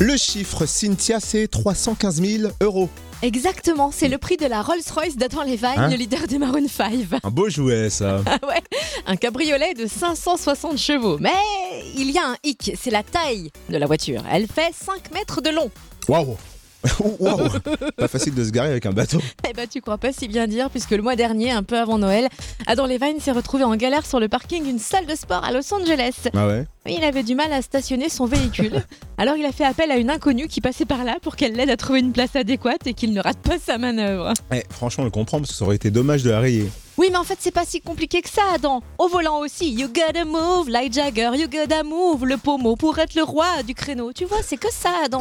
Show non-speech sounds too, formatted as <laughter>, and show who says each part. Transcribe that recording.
Speaker 1: Le chiffre Cynthia, c'est 315 000 euros.
Speaker 2: Exactement, c'est le prix de la Rolls-Royce d'Adam Levine,
Speaker 1: Hein
Speaker 2: le leader des Maroon 5.
Speaker 1: Un beau jouet, ça.
Speaker 2: Ah ouais, un cabriolet de 560 chevaux. Mais il y a un hic, c'est la taille de la voiture. Elle fait 5 mètres de long.
Speaker 1: <laughs> Waouh Waouh <laughs> Pas facile de se garer avec un bateau.
Speaker 2: Eh ben tu crois pas si bien dire, puisque le mois dernier, un peu avant Noël, Adam Levine s'est retrouvé en galère sur le parking d'une salle de sport à Los Angeles.
Speaker 1: Ah ouais
Speaker 2: Oui, Il avait du mal à stationner son véhicule. Alors il a fait appel à une inconnue qui passait par là pour qu'elle l'aide à trouver une place adéquate et qu'il ne rate pas sa manœuvre.
Speaker 1: Eh, Franchement, on le comprend parce que ça aurait été dommage de la rayer.
Speaker 2: Oui, mais en fait, c'est pas si compliqué que ça, Adam. Au volant aussi, you gotta move, Light Jagger, you gotta move, le pommeau pour être le roi du créneau. Tu vois, c'est que ça, Adam.